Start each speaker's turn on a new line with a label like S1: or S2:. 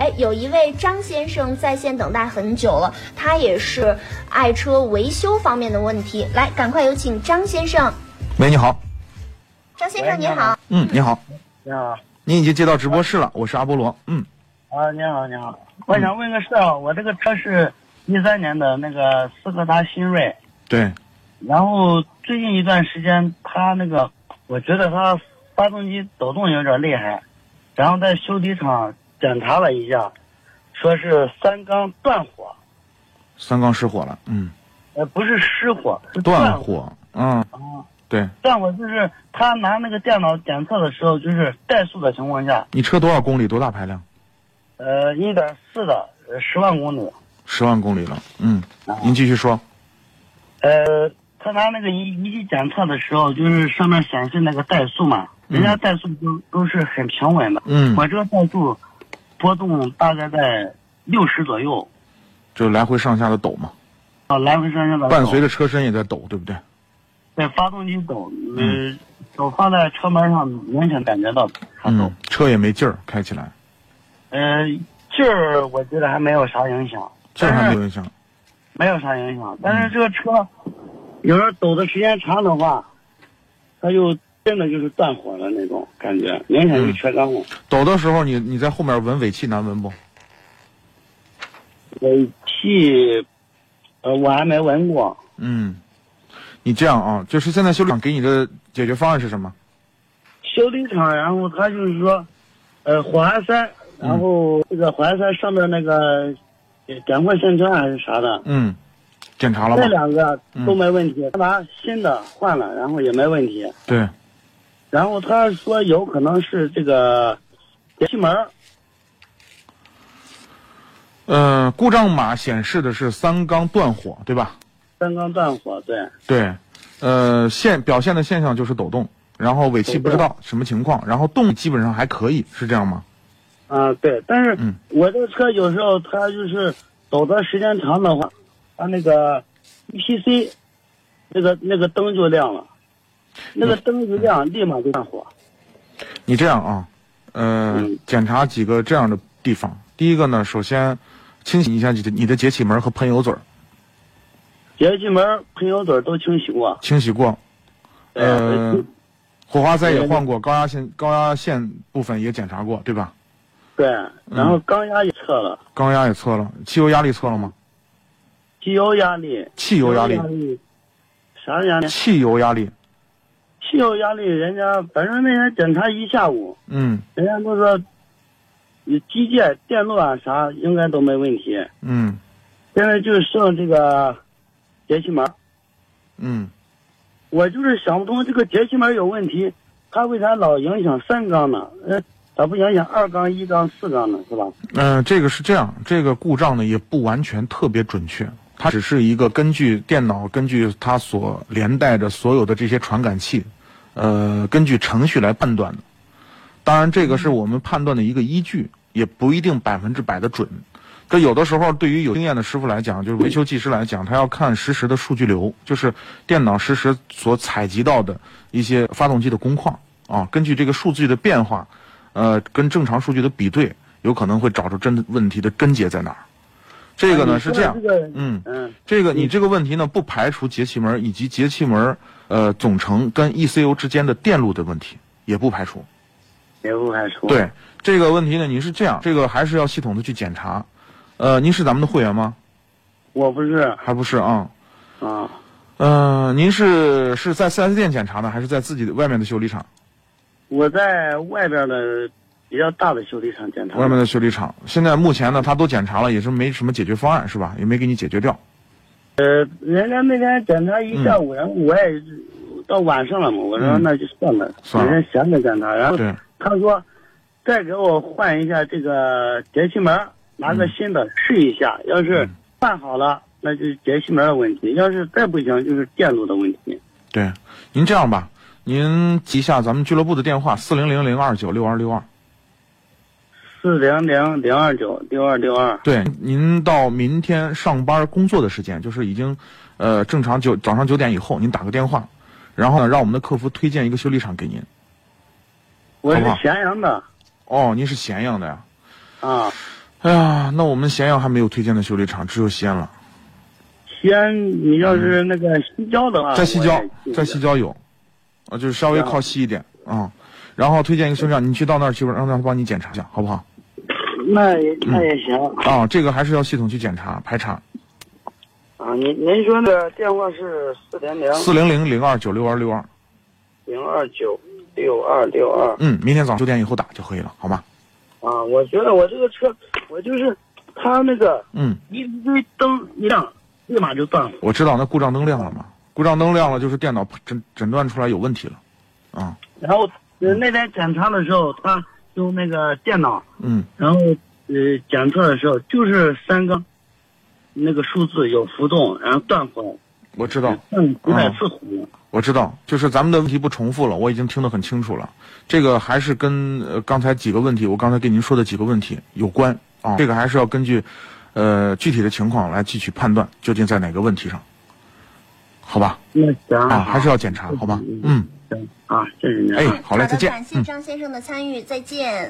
S1: 哎有一位张先生在线等待很久了，他也是爱车维修方面的问题。来，赶快有请张先生。
S2: 喂，你好。
S1: 张先生
S3: 喂
S1: 您
S3: 你好
S1: 好，
S2: 嗯，你好，
S3: 你好，
S2: 您已经接到直播室了，我是阿波罗。嗯，
S3: 啊，你啊好，你好，我想问个事啊，我这个车是一三年的那个斯柯达新锐，
S2: 对，
S3: 然后最近一段时间它那个，我觉得它发动机抖动有点厉害，然后在修理厂检查了一下，说是三缸断火，
S2: 三缸失火了。嗯，
S3: 呃，不是失火，是
S2: 断
S3: 火。
S2: 火。嗯，
S3: 啊，
S2: 对
S3: 断火就是他拿那个电脑检测的时候，就是怠速的情况下，
S2: 你车多少公里，多大排量？
S3: 呃，一点四的，呃十万公里。
S2: 十万公里了。嗯，您继续说。
S3: 呃，他拿那个仪仪器检测的时候，就是上面显示那个怠速嘛，人家怠速都都是很平稳的，
S2: 嗯，
S3: 我这个怠速波动大概在六十左右，
S2: 就来回上下的抖嘛，
S3: 啊，来回上下的
S2: 伴随着车身也在抖，对不对？
S3: 在发动机抖，嗯、手放在车门上明显感觉到它抖
S2: 嗯，，车也没劲儿，开起来，
S3: 呃，劲儿我觉得还没有啥影响，
S2: 这还没有影响。
S3: 没有啥影响，但
S2: 嗯
S3: 是这个车有时候抖的时间长的话，它就真的就是断火了那种感觉，明
S2: 嗯
S3: 显就缺缸了。
S2: 抖的时候你，你在后面闻尾气难闻不？
S3: 尾气，呃，我还没闻过。
S2: 嗯，你这样啊，就是现在修理厂给你的解决方案是什么？
S3: 修理厂，然后他就是说，呃，环山，然后这个环山上面那个呃点货线圈还是啥的，
S2: 嗯，检查了
S3: 那
S2: 吗？
S3: 两个都没问题。他拿新的换了，然后也没问题。
S2: 对，
S3: 然后他说有可能是这个节气门儿，
S2: 呃，故障码显示的是三缸断火，对吧？
S3: 三缸断火，对，
S2: 对，呃，现表现的现象就是抖动，然后尾气不知道什么情况，然后动力基本上还可以，是这样吗？
S3: 啊对。但是
S2: 嗯
S3: 我这车有时候它就是走的时间长的话，它那个 EPC 那个那个灯就亮了，那
S2: 嗯
S3: 个灯一亮立马就上火。
S2: 你这样啊，呃，
S3: 嗯
S2: 检查几个这样的地方。第一个呢，首先清洗一下你的你的节气门和喷油嘴儿，
S3: 节气门、喷油嘴都清洗过，
S2: 清洗过，
S3: 对啊
S2: 呃
S3: 对，
S2: 火花塞也
S3: 对
S2: 换过，高压线高压线部分也检查过，对吧？
S3: 对，
S2: 嗯
S3: 然后缸压也测了，
S2: 高压也测了，汽油压力测了吗？
S3: 机油压力，
S2: 汽油压力
S3: 机，啥压力？
S2: 汽油压力，
S3: 汽油压力，人家反正那天检查一下午，
S2: 嗯
S3: 人家都说，你机械、电路啊啥应该都没问题，
S2: 嗯
S3: 现在就剩这个节气门，
S2: 嗯，
S3: 我就是想不通这个节气门有问题，它为啥老影响三缸呢？呃，咋不影响二缸、一缸、四缸呢？是吧？
S2: 嗯、这个是这样，这个故障呢也不完全特别准确，它只是一个根据电脑根据它所连带着所有的这些传感器，呃，根据程序来判断的。当然，这个是我们判断的一个依据，也不一定百分之百的准。这有的时候对于有经验的师傅来讲，就是维修技师来讲，他要看实时的数据流，就是电脑实时所采集到的一些发动机的工况啊，根据这个数据的变化，呃，跟正常数据的比对，有可能会找出真问题的症结在哪儿。这个呢是这样
S3: 哎你，说的这个
S2: 嗯。
S3: 嗯，
S2: 这个你这个问题呢，不排除节气门以及节气门呃总成跟 ECU 之间的电路的问题，也不排除。
S3: 也不排除。
S2: 对这个问题呢，你是这样，这个还是要系统的去检查。呃，您是咱们的会员吗？
S3: 我不是
S2: 还不是啊？
S3: 啊，
S2: 呃，您是是在 4S 店检查的，还是在自己的外面的修理厂？
S3: 我在外边的比较大的修理厂检查。
S2: 外面的修理厂，现在目前呢，他都检查了，也是没什么解决方案，是吧？也没给你解决掉。
S3: 呃，人家那天检查一下午，然后我也到晚上了嘛，我说
S2: 嗯
S3: 那就算了，
S2: 算了
S3: 每天闲着检查。然后
S2: 对，
S3: 他说再给我换一下这个节气门，拿个新的试一
S2: 嗯
S3: 下。要是换好了，那就是节气门的问题；要是再不行，就是电路的问题。
S2: 对，您这样吧，您记一下咱们俱乐部的电话：四零零零二九六二六二。
S3: 四零零零二九六二六二，
S2: 对，您到明天上班工作的时间，就是已经，呃，正常九早上九点以后，您打个电话，然后呢，让我们的客服推荐一个修理厂给您。
S3: 我是
S2: 好不好
S3: 咸阳的
S2: 哦，您是咸阳的呀？
S3: 啊，
S2: 哎呀，啊那我们咸阳还没有推荐的修理厂，只有西安了。
S3: 西安，你要是那个西郊的话，
S2: 嗯在西郊，在西
S3: 郊，
S2: 郊有，啊，就是稍微靠西一点啊、然后推荐一个修理厂，你去到那儿去，让他帮你检查一下，好不好？
S3: 那也
S2: 嗯
S3: 那也行
S2: 啊，这个还是要系统去检查排查。
S3: 啊。您您说那个电话是四零零
S2: 四零零零二九六二六二，
S3: 零二九六二六二
S2: 嗯，明天早上九点以后打就可以了，好吗？
S3: 啊。我觉得我这个车，我就是它那个
S2: 嗯，
S3: 一堆灯一亮，立马就断了。
S2: 我知道那故障灯亮了嘛，故障灯亮了就是电脑诊诊断出来有问题了，啊，
S3: 然后呃那天检查的时候，他用那个电脑，
S2: 嗯，
S3: 然后呃检测的时候就是三个那个数字有浮动，然后断火，
S2: 我知道，
S3: 嗯，五
S2: 啊
S3: 百次火。
S2: 我知道，就是咱们的问题不重复了，我已经听得很清楚了。这个还是跟呃刚才几个问题，我刚才跟您说的几个问题有关啊。这个还是要根据，呃具体的情况来汲取判断，究竟在哪个问题上，好吧？
S3: 那行
S2: 啊，还是要检查，好吧？嗯，
S3: 行啊，谢谢您啊。
S2: 哎，好嘞，再见。
S1: 感
S2: 嗯
S1: 谢。张先生的参与，再见。